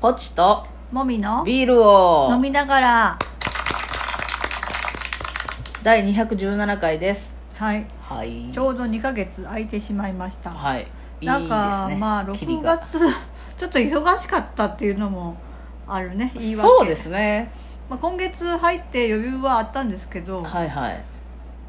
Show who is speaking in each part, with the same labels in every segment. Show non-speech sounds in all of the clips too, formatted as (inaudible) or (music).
Speaker 1: ポチと
Speaker 2: もみの
Speaker 1: ビール
Speaker 2: 飲
Speaker 1: を
Speaker 2: みながら
Speaker 1: 第217回です
Speaker 2: はい
Speaker 1: はい
Speaker 2: ちょうど2ヶ月空いてしまいました、
Speaker 1: はいいいです
Speaker 2: な
Speaker 1: ね
Speaker 2: んかまあ
Speaker 1: キリ
Speaker 2: 6
Speaker 1: が
Speaker 2: 月 (laughs) ちょっと忙しかったっていうのもあるね言い訳
Speaker 1: そうですね
Speaker 2: まあ、今月入って余裕はあったんですけど、
Speaker 1: はいはい、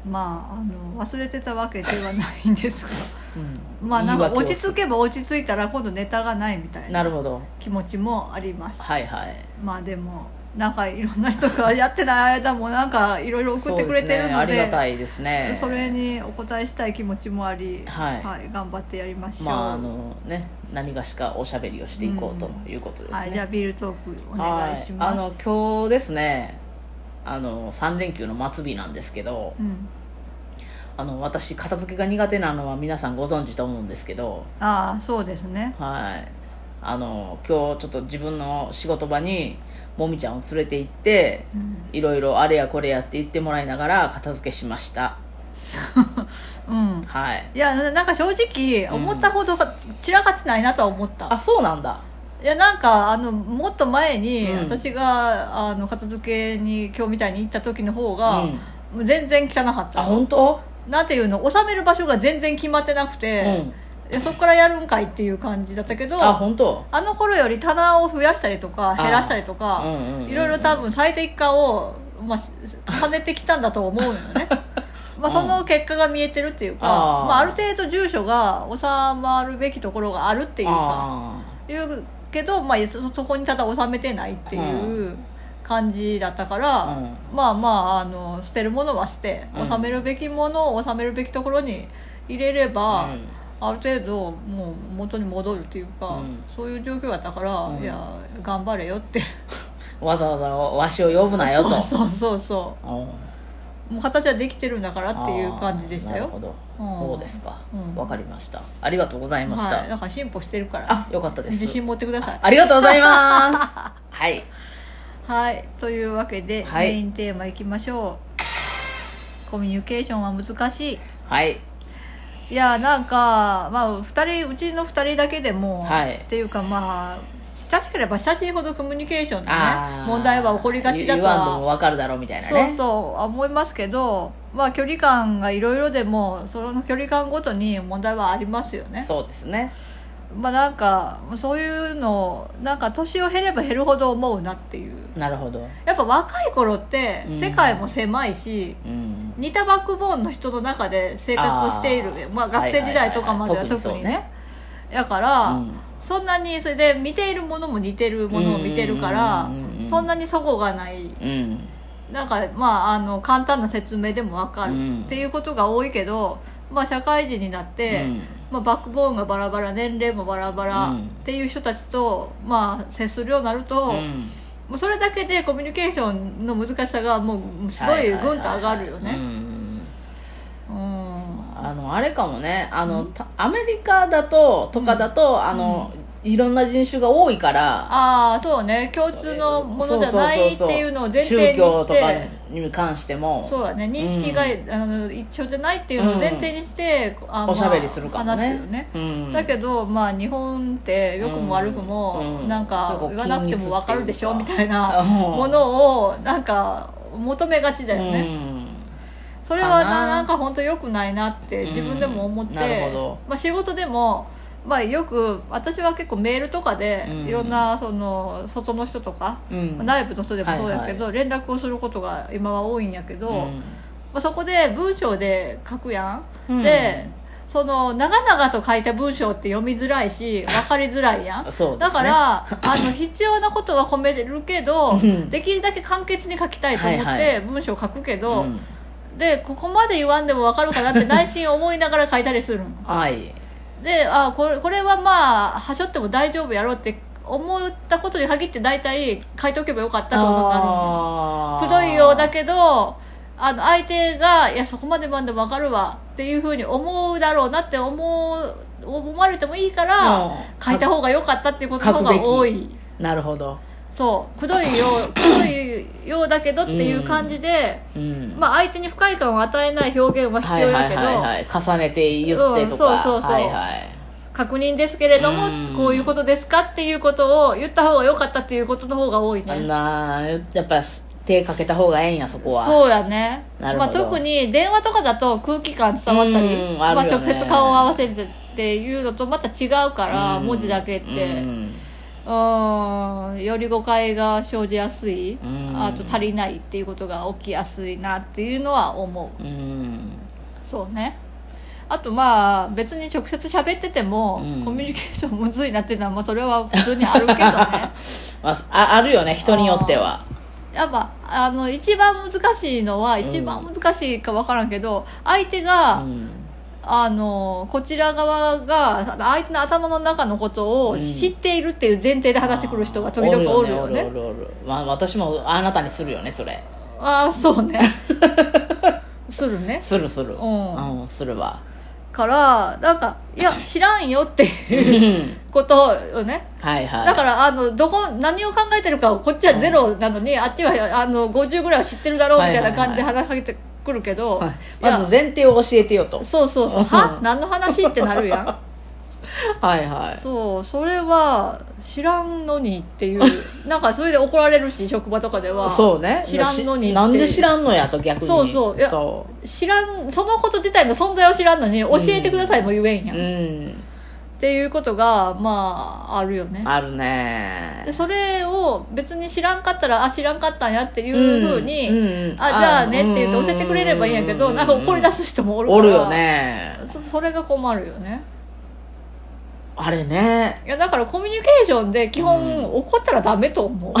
Speaker 2: まああの忘れてたわけではないんです
Speaker 1: (laughs)
Speaker 2: が
Speaker 1: うん
Speaker 2: まあなんか
Speaker 1: 言い訳
Speaker 2: 落
Speaker 1: を
Speaker 2: ち
Speaker 1: す
Speaker 2: 着けば落ち着いたら今度ネタがないみたいな
Speaker 1: なるほど
Speaker 2: 気持ちもあります
Speaker 1: はいはい
Speaker 2: まあでもなんかいろんな人がやってない間もなんかいろいろ送ってくれてる
Speaker 1: そう
Speaker 2: ので
Speaker 1: すね、ありがたいですね
Speaker 2: それにお答えしたい気持ちもあり、
Speaker 1: はい
Speaker 2: 頑張ってやりましょう、
Speaker 1: まああのね何がしかおしゃべりをしていこうということですね、
Speaker 2: はいじゃあビールトークお願いしま
Speaker 1: は
Speaker 2: す
Speaker 1: いあの今日ですねあの3連休の末日なんですけど
Speaker 2: うん、
Speaker 1: あの私片付けが苦手なのは皆さんご存知と思うんですけど
Speaker 2: ああそうですね
Speaker 1: はいあの今日ちょっと自分の仕事場にもみちゃんを連れて行って
Speaker 2: うん、 (laughs)
Speaker 1: いろいろあれやこれやって言ってもらいながら片付けしました
Speaker 2: うん、
Speaker 1: はい
Speaker 2: いやななんか正直
Speaker 1: うん
Speaker 2: 思ったほど散らかってないなとは思った、
Speaker 1: あそうなんだ
Speaker 2: いやなんかあのもっと前に、
Speaker 1: うん
Speaker 2: 私があの片付けに今日みたいに行った時の方が、
Speaker 1: うん
Speaker 2: もう全然汚かっ
Speaker 1: あ
Speaker 2: た
Speaker 1: 本当
Speaker 2: なんていうの収める場所が全然決まってなく
Speaker 1: う
Speaker 2: て、
Speaker 1: ん
Speaker 2: いやそこからやるんかいっていう感じだったけど
Speaker 1: あ本当
Speaker 2: あの頃より棚を増やしたりとか
Speaker 1: あ
Speaker 2: 減らしたりとか、
Speaker 1: うんうんうんうん
Speaker 2: いろいろ多分最適化を、まあ、し重ねてきたんだと思うの
Speaker 1: (laughs)
Speaker 2: ねまあその結果が見えてるっていうか
Speaker 1: あー
Speaker 2: まあ、ある程度住所が収まるべきところがあるっていうか
Speaker 1: あー
Speaker 2: いうけど、まあ、そそこにただ収めてないっていう感じだったから、
Speaker 1: うん
Speaker 2: まあまああの捨てるものは捨て
Speaker 1: うん
Speaker 2: 収めるべきものを収めるべきところに入れれば、
Speaker 1: うん
Speaker 2: ある程度もう元に戻るっていうか、
Speaker 1: うん
Speaker 2: そういう状況だったから、
Speaker 1: うん
Speaker 2: いや頑張れよって
Speaker 1: わざわざわしを呼ぶなよと
Speaker 2: (laughs) そうそうそうそ
Speaker 1: うん
Speaker 2: うもう形はできてるんだからっていう感じでした
Speaker 1: あーなるほ
Speaker 2: よ
Speaker 1: ど、
Speaker 2: うん
Speaker 1: そうですか
Speaker 2: うん
Speaker 1: わ、かりましたありがとうございました、
Speaker 2: はい、だから進歩してるから
Speaker 1: あよかったです
Speaker 2: 自信持ってください
Speaker 1: ありがとうございますはい
Speaker 2: はいというわけで、
Speaker 1: はい
Speaker 2: メインテーマいきましょうコミュニケーションは難しい
Speaker 1: はい
Speaker 2: いやなんかまあ二人うちの2人だけでも、
Speaker 1: はい
Speaker 2: っていうかまあ親しければ親しいほどコミュニケーションでね
Speaker 1: あー
Speaker 2: 問題は起こりがちだ
Speaker 1: 言
Speaker 2: と
Speaker 1: わんで
Speaker 2: は
Speaker 1: もわかるだろうみたいな
Speaker 2: そう
Speaker 1: ね
Speaker 2: そう思いますけど、まあ、距離感がいろいろでもその距離感ごとに問題はありますよね。
Speaker 1: そうですね
Speaker 2: まあ、なんかそういうのなんか年を減れば減るほど思うなっていう
Speaker 1: なるほど
Speaker 2: やっぱ若い頃って
Speaker 1: うん
Speaker 2: 世界も狭いし、
Speaker 1: うん
Speaker 2: 似たバックボーンの人の中で生活をしている
Speaker 1: あー
Speaker 2: まあ、学生時代とかまでは
Speaker 1: はいはいはい
Speaker 2: 特
Speaker 1: 特に
Speaker 2: に
Speaker 1: そう
Speaker 2: ね。だから、
Speaker 1: うん
Speaker 2: そんなにそれで見ているものも似てるものを見てるから
Speaker 1: うんうんうんうん
Speaker 2: そんなに齟齬がない
Speaker 1: うん
Speaker 2: なんかまああの簡単な説明でもわかる
Speaker 1: うん
Speaker 2: っていうことが多いけど、まあ、社会人になって、
Speaker 1: うん
Speaker 2: まあ、バックボーンがバラバラ年齢もバラバラ
Speaker 1: う
Speaker 2: っ
Speaker 1: ん
Speaker 2: ていう人たちと、まあ、接するようになると、
Speaker 1: う
Speaker 2: も
Speaker 1: ん
Speaker 2: うそれだけでコミュニケーションの難しさがもうすごいぐんと上がるよ
Speaker 1: はいはいはいはい
Speaker 2: ね。
Speaker 1: うん
Speaker 2: うん
Speaker 1: あのあれかもねあの、たアメリカだととかだと、あの、いろんな人種が多いから
Speaker 2: ああそうね共通のものじゃないっていうのを前提にして
Speaker 1: 宗教とかに関しても
Speaker 2: そうだね認識が、あの一緒じゃないっていうのを前提にして、あの
Speaker 1: おしゃべりするかもね
Speaker 2: 話すよね、
Speaker 1: うん
Speaker 2: だけどまあ日本って良くも悪くも、
Speaker 1: うん
Speaker 2: なんか
Speaker 1: うん
Speaker 2: 言わなくても分かるでしょ
Speaker 1: こう
Speaker 2: み
Speaker 1: 均一
Speaker 2: たいな
Speaker 1: うん
Speaker 2: ものをなんか求めがちだよね、それは
Speaker 1: かな
Speaker 2: ななんか本当良くないなって自分でも思って、
Speaker 1: うんなるほど
Speaker 2: まあ、仕事でも、まあ、よく私は結構メールとかで
Speaker 1: うん
Speaker 2: いろんなその外の人とか、
Speaker 1: うん、うん
Speaker 2: 内部の人でもそうやけど、連絡をすることが今は多いんやけど、
Speaker 1: うん
Speaker 2: まあ、そこで文章で書くやん、
Speaker 1: うん
Speaker 2: でその長々と書いた文章って読みづらいし分かりづらいや
Speaker 1: そう
Speaker 2: ん
Speaker 1: ですね
Speaker 2: だからあの必要なことは込めるけど
Speaker 1: うん
Speaker 2: できるだけ簡潔に書きたいと思っ
Speaker 1: はいは
Speaker 2: て文章を書くけど、
Speaker 1: うん
Speaker 2: でここまで言わんでも分かるかなって内心思いながら書いたりするの
Speaker 1: はい
Speaker 2: であこれこれはまあはしょっても大丈夫やろうって思ったことに限って大体書いておけばよかったってことになるの
Speaker 1: あー
Speaker 2: くどいようだけどあの相手が「いやそこまでまで分かるわ」っていうふうに思うだろうなって思う思われてもいいから、
Speaker 1: うん
Speaker 2: 書いた方が良かったっていうことの方が多
Speaker 1: 書
Speaker 2: い
Speaker 1: なるほど、
Speaker 2: そうくどいよ (laughs) うくどいようだけどっていう感じで、
Speaker 1: うん
Speaker 2: まあ、相手に不快感を与えない表現は必要だけど、
Speaker 1: はいはいはいはい、重ねて言ってとか、
Speaker 2: うんそうそうそう
Speaker 1: はいはい
Speaker 2: 確認ですけれども
Speaker 1: うん
Speaker 2: こういうことですかっていうことを言った方が良かったっていうことの方が多い
Speaker 1: あん
Speaker 2: ね
Speaker 1: なやっぱ手かけた方がええんやそこはう
Speaker 2: そうやね
Speaker 1: なる
Speaker 2: ま
Speaker 1: ほ
Speaker 2: あ、
Speaker 1: ど
Speaker 2: 特に電話とかだと空気感伝わったり
Speaker 1: うんあ
Speaker 2: まあ、
Speaker 1: るよ
Speaker 2: 直
Speaker 1: ね
Speaker 2: 接顔を合わせてっていうのとまた違うから
Speaker 1: ん
Speaker 2: 文字だけって
Speaker 1: うん
Speaker 2: うんより誤解が生じやすい
Speaker 1: うん
Speaker 2: あと足りないっていうことが起きやすいなっていうのは思う
Speaker 1: うん
Speaker 2: そうねあとまあ別に直接喋ってても、
Speaker 1: うん
Speaker 2: コミュニケーションむずいなっていうのは、まあ、それは普通にあるけどね
Speaker 1: (laughs) まあ、ああるよね人によっては
Speaker 2: やっぱあの一番難しいのは一番難しいか分からんけど、相手が、
Speaker 1: うん
Speaker 2: あのこちら側が相手の頭の中のことを知っているっていう前提で話してくる人が時々おるよね
Speaker 1: おるおるおるおるまあ私もあなたにするよねそれ
Speaker 2: ああそうねするね
Speaker 1: するする
Speaker 2: うん
Speaker 1: うん、する
Speaker 2: (laughs)
Speaker 1: わ
Speaker 2: からなんかいや知らんよって
Speaker 1: う
Speaker 2: いうんことをね
Speaker 1: はいはい
Speaker 2: だからあのどこ何を考えてるかをこっちはゼロなのに、あっちはあの50ぐらいは知ってるだろうみたいな感じで
Speaker 1: は
Speaker 2: 話しかけてくるけど、
Speaker 1: はい
Speaker 2: い
Speaker 1: (laughs)
Speaker 2: や
Speaker 1: まず前提を教えてよと
Speaker 2: そうそ
Speaker 1: (laughs)
Speaker 2: うそううんは何の話ってなるやん
Speaker 1: はいはい
Speaker 2: そうそれは知らんのにっ
Speaker 1: (laughs)
Speaker 2: ていうなんかそれで怒られるし職場とかでは
Speaker 1: そうね
Speaker 2: 知らんのにって
Speaker 1: しなんで知らんのやと逆に
Speaker 2: そうそういや
Speaker 1: そ
Speaker 2: 知らんそのこと自体の存在を知らんのに教えてくださいも言えんや、
Speaker 1: うんう
Speaker 2: っ
Speaker 1: ん
Speaker 2: ていうことがまああるよね
Speaker 1: あるね
Speaker 2: でそれを別に知らんかったらあ知らんかったんやっていうふうに、
Speaker 1: んうん
Speaker 2: あじゃあねって言って教えてくれればいいんやけど、
Speaker 1: ううう
Speaker 2: なんか怒り出す人もおるから
Speaker 1: おるよね
Speaker 2: そそれが困るよね
Speaker 1: あれね
Speaker 2: いやだからコミュニケーションで基本、
Speaker 1: うん
Speaker 2: 怒ったらダメと思う (laughs)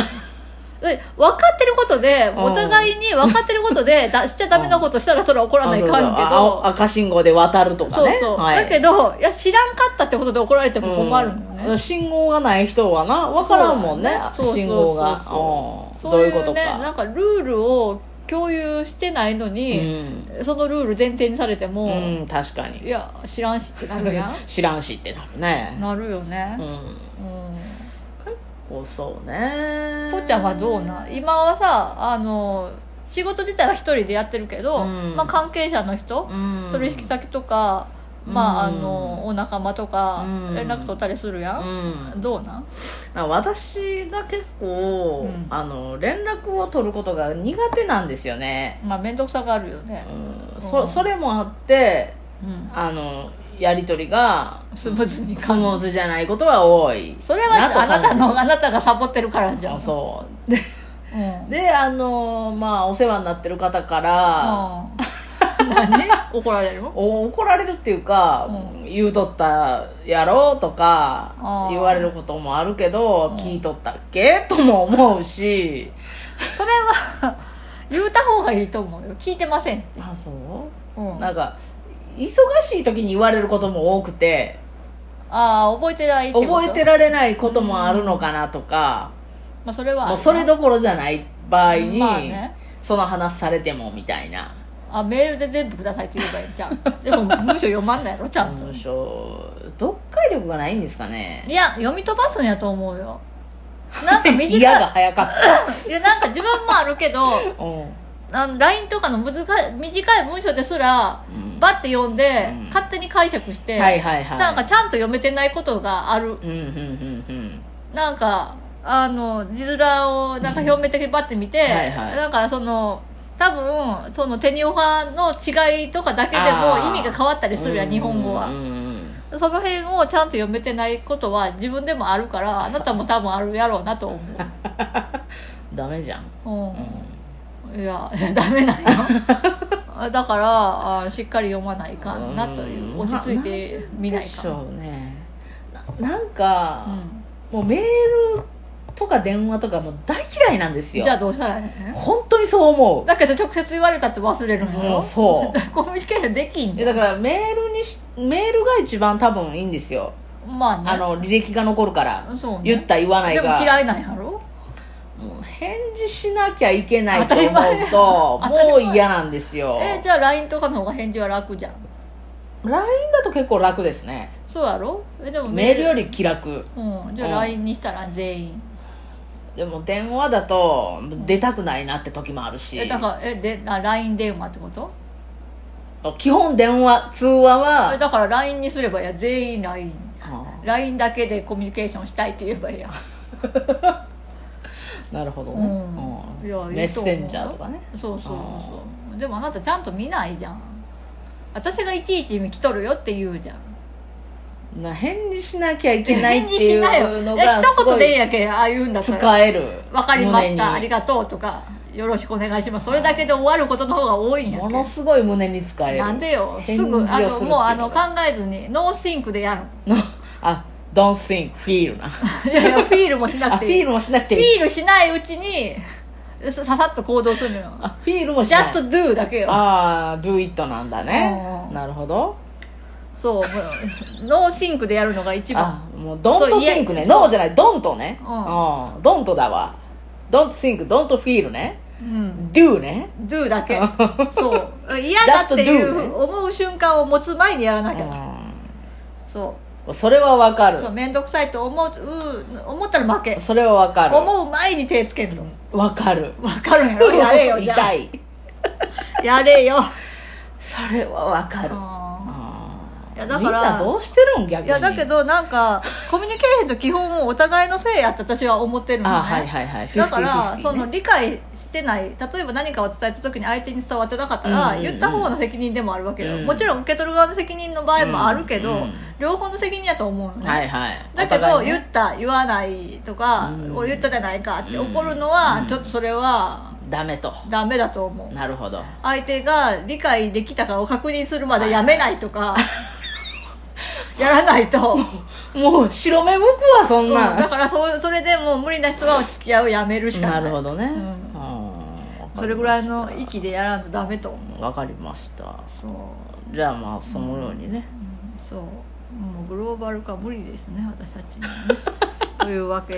Speaker 2: で分かってることでお互いに分かってるこ
Speaker 1: (laughs)
Speaker 2: とでだしちゃダメなことしたらそれは怒らないかんけ
Speaker 1: あそうだ青
Speaker 2: ど
Speaker 1: 赤信号で渡るとか
Speaker 2: そう
Speaker 1: ね
Speaker 2: そう、
Speaker 1: はい
Speaker 2: だけどいや知らんかったってことで怒られても困るのよね、
Speaker 1: うん信号がない人はな分からんもんね
Speaker 2: そうそうそうそう
Speaker 1: 信号がうん
Speaker 2: そ
Speaker 1: どう
Speaker 2: う
Speaker 1: い
Speaker 2: いうう
Speaker 1: こと
Speaker 2: ねな
Speaker 1: か
Speaker 2: んかルールを共有してないの
Speaker 1: う
Speaker 2: に、
Speaker 1: ん、
Speaker 2: そのルール前提にされても、
Speaker 1: うん、確かに
Speaker 2: いや知らんしってなるや
Speaker 1: 知らんしってなる
Speaker 2: ん
Speaker 1: ね
Speaker 2: なるよね
Speaker 1: うん
Speaker 2: うん
Speaker 1: こうそうね
Speaker 2: ぽっちゃんはどうなん今はさあの仕事自体は一人でやってるけど、
Speaker 1: うん
Speaker 2: まあ、関係者の人、
Speaker 1: うん
Speaker 2: 取引先とか、まあ、あ
Speaker 1: うん
Speaker 2: のお仲間とか
Speaker 1: うん
Speaker 2: 連絡取ったりするや、
Speaker 1: うんん
Speaker 2: どうなん
Speaker 1: あ私が結構、
Speaker 2: うん
Speaker 1: あの連絡を取ることが苦手なんですよね、
Speaker 2: まあ面倒くさがあるよね
Speaker 1: う、ん
Speaker 2: うん
Speaker 1: そそれもあって
Speaker 2: うん、
Speaker 1: あのやり取りが
Speaker 2: スムーズにい
Speaker 1: ス
Speaker 2: かん
Speaker 1: ムーズじゃないことは多い
Speaker 2: それは
Speaker 1: と
Speaker 2: あ
Speaker 1: 感じ
Speaker 2: なたのあなたがサボってるからじゃん
Speaker 1: そうで
Speaker 2: う、ん、
Speaker 1: であのまあお世話になってる方から、
Speaker 2: うん
Speaker 1: (laughs)
Speaker 2: 何怒られる
Speaker 1: お怒られるっていうか、
Speaker 2: う
Speaker 1: 言うとったやろとか
Speaker 2: あー
Speaker 1: 言われることもあるけど、
Speaker 2: うん
Speaker 1: 聞いとったっけとも思うし
Speaker 2: それは言うた方がいいと思うよ聞いてません、
Speaker 1: あそう
Speaker 2: うん、
Speaker 1: な
Speaker 2: あ
Speaker 1: んか忙しい時に言われることも多くて
Speaker 2: あー覚えてないってこと
Speaker 1: 覚えてられないこともあるのかなとか、
Speaker 2: まあ、それはある
Speaker 1: もう
Speaker 2: な
Speaker 1: それどころじゃない場合に、
Speaker 2: まあね
Speaker 1: その話されてもみたいな
Speaker 2: あメールで全部くださいって言えばいいじゃんでも文章読まんないやろちゃんと、
Speaker 1: 文章読解力がないんですかね
Speaker 2: いや読み飛ばすんやと思うよなんか短いい
Speaker 1: 嫌が早か
Speaker 2: (laughs)
Speaker 1: った、
Speaker 2: やなんか自分もあるけど
Speaker 1: うん
Speaker 2: あの LINE とかの難い短い文章ですら
Speaker 1: うん
Speaker 2: バッて読んで、
Speaker 1: うん
Speaker 2: 勝手に解釈して、
Speaker 1: はいはいはい
Speaker 2: なんかちゃんと読めてないことがある
Speaker 1: うんうんうんうん
Speaker 2: なんかあの字面をなんか表面的にバッて見て
Speaker 1: はいはい
Speaker 2: なんかその多分そのテニオ派の違いとかだけでも
Speaker 1: あー
Speaker 2: 意味が変わったりするやん日本語は
Speaker 1: うんうんうん
Speaker 2: その辺をちゃんと読めてないことは自分でもあるからあなたも多分あるやろうなと思
Speaker 1: ダメじゃん、
Speaker 2: う、
Speaker 1: うん
Speaker 2: うん、いやダメなの (laughs) だからあしっかり読まないかんなといううん落ち着いて見ない
Speaker 1: でし
Speaker 2: かん
Speaker 1: ょうねななんか、
Speaker 2: う
Speaker 1: もうメールとか電話とかもう大嫌いなんです
Speaker 2: ん、
Speaker 1: よ
Speaker 2: じゃあどうしたらいいの
Speaker 1: 本当にそう思
Speaker 2: だけど直接言われたって忘れるの
Speaker 1: う、うん、そ
Speaker 2: コミュニケーションできん
Speaker 1: う
Speaker 2: じ
Speaker 1: で
Speaker 2: ゃん
Speaker 1: だからメールにしメールが一番多分いいんですよ
Speaker 2: まあね
Speaker 1: あの履歴が残るから
Speaker 2: そうね
Speaker 1: 言った言わない
Speaker 2: でも
Speaker 1: が
Speaker 2: 嫌いなんやろ
Speaker 1: もう返事しなきゃいけないと思うと
Speaker 2: 当たり前
Speaker 1: もう嫌なんですよ
Speaker 2: えじゃあ LINE とかの方が返事は楽じゃん
Speaker 1: LINE だと結構楽ですね
Speaker 2: そうやろえでも
Speaker 1: メールより気楽
Speaker 2: うんじゃあ
Speaker 1: うん
Speaker 2: LINE にしたら全員
Speaker 1: でも電話だと出たくないなって時もあるし
Speaker 2: えだからえであ LINE 電話ってこと
Speaker 1: 基本電話通話
Speaker 2: え
Speaker 1: は
Speaker 2: だから LINE にすればいいや全員 LINE LINE だけでコミュニケーションしたいって言えばいいや
Speaker 1: なるほどね、
Speaker 2: うんいや
Speaker 1: うん
Speaker 2: いい
Speaker 1: メッ
Speaker 2: と思う
Speaker 1: センジャーとかね
Speaker 2: そうそうそうそうでもあなたちゃんと見ないじゃん私がいちいち見きとるよって言うじゃん
Speaker 1: な返事しなきゃいけないっていうの
Speaker 2: いや
Speaker 1: がすご
Speaker 2: 一言でええ
Speaker 1: い
Speaker 2: やけんああ言うんだから
Speaker 1: 使える
Speaker 2: わかりましたあ
Speaker 1: 胸
Speaker 2: り
Speaker 1: に
Speaker 2: がとうとかよろしくお願いしますそれだけで終わることの方が多いんやけ
Speaker 1: ものすごい胸に使える
Speaker 2: なんでよすぐ
Speaker 1: 返事を
Speaker 2: あ
Speaker 1: するっ
Speaker 2: の
Speaker 1: てい
Speaker 2: も
Speaker 1: (laughs)
Speaker 2: うあの
Speaker 1: の
Speaker 2: 考
Speaker 1: が
Speaker 2: えずにノーシンクでやる
Speaker 1: あ don't think feel
Speaker 2: (laughs)
Speaker 1: な
Speaker 2: いやいやフィールもしな
Speaker 1: あ
Speaker 2: く
Speaker 1: フ
Speaker 2: て
Speaker 1: ィ
Speaker 2: いい
Speaker 1: ールもしなく
Speaker 2: フ
Speaker 1: ていい
Speaker 2: ィールしないうちにさささっと行動するのよ
Speaker 1: あフィールもし
Speaker 2: ジ
Speaker 1: ない
Speaker 2: ャットドゥだけよ
Speaker 1: ああ do it なんだね
Speaker 2: うん
Speaker 1: なるほど
Speaker 2: そうもうノーシンクでやるのが一番
Speaker 1: あもう don't
Speaker 2: そういや
Speaker 1: think ね
Speaker 2: そう
Speaker 1: no じゃない don't ね
Speaker 2: う
Speaker 1: うんん don't だわ don't think don't feel ね
Speaker 2: うん
Speaker 1: do ね
Speaker 2: do だけそう嫌だってい
Speaker 1: Just do ね
Speaker 2: う思う瞬間を持つ前にやらなきゃなそ
Speaker 1: うんそれはわか
Speaker 2: う
Speaker 1: る
Speaker 2: そう面倒くさいと思ううん思ったら負け
Speaker 1: それはわかる
Speaker 2: 思う前に手つけるの
Speaker 1: わかる
Speaker 2: わかるんやろやれよじゃ
Speaker 1: (laughs) 痛い
Speaker 2: あやれよ
Speaker 1: それはわかる
Speaker 2: うん
Speaker 1: あー
Speaker 2: いやだから
Speaker 1: みんなどうしてるん逆に
Speaker 2: いやだけどなんかコミュニケーションと基本をお互いのせいやって私は思ってるのね
Speaker 1: あーはいはいはい
Speaker 2: だから、
Speaker 1: 50-50
Speaker 2: その
Speaker 1: ね
Speaker 2: 理解してない例えば何かを伝えた時に相手に伝わってなかった
Speaker 1: うん
Speaker 2: ら、
Speaker 1: うんうん
Speaker 2: 言った方の責任でもあるわけよ、
Speaker 1: うん
Speaker 2: もちろん受け取る側の責任の場合もあるけど、
Speaker 1: うんうん
Speaker 2: 両方の責任やと思うのね、
Speaker 1: はいはい
Speaker 2: だけ
Speaker 1: お互
Speaker 2: ど、
Speaker 1: いね
Speaker 2: 言った言わないとか、
Speaker 1: うん
Speaker 2: 俺言ったじゃないかって怒るのは、ちょっとそれは
Speaker 1: ダメと
Speaker 2: ダメだと思う
Speaker 1: なるほど
Speaker 2: 相手が理解できたかを確認するまでやめないと
Speaker 1: (laughs)
Speaker 2: かやらないと、
Speaker 1: もう白目向くわそん
Speaker 2: うんだ
Speaker 1: な
Speaker 2: からそうそれでもう無理な人は付き合うやめるしかない
Speaker 1: なるほどね
Speaker 2: ん
Speaker 1: うん
Speaker 2: それぐらいの域でやらんとダメと思う
Speaker 1: わかりました
Speaker 2: そう
Speaker 1: じゃあまあそのようにね (laughs)
Speaker 2: そうもうグローバル化無理ですね私たちにはねというわけ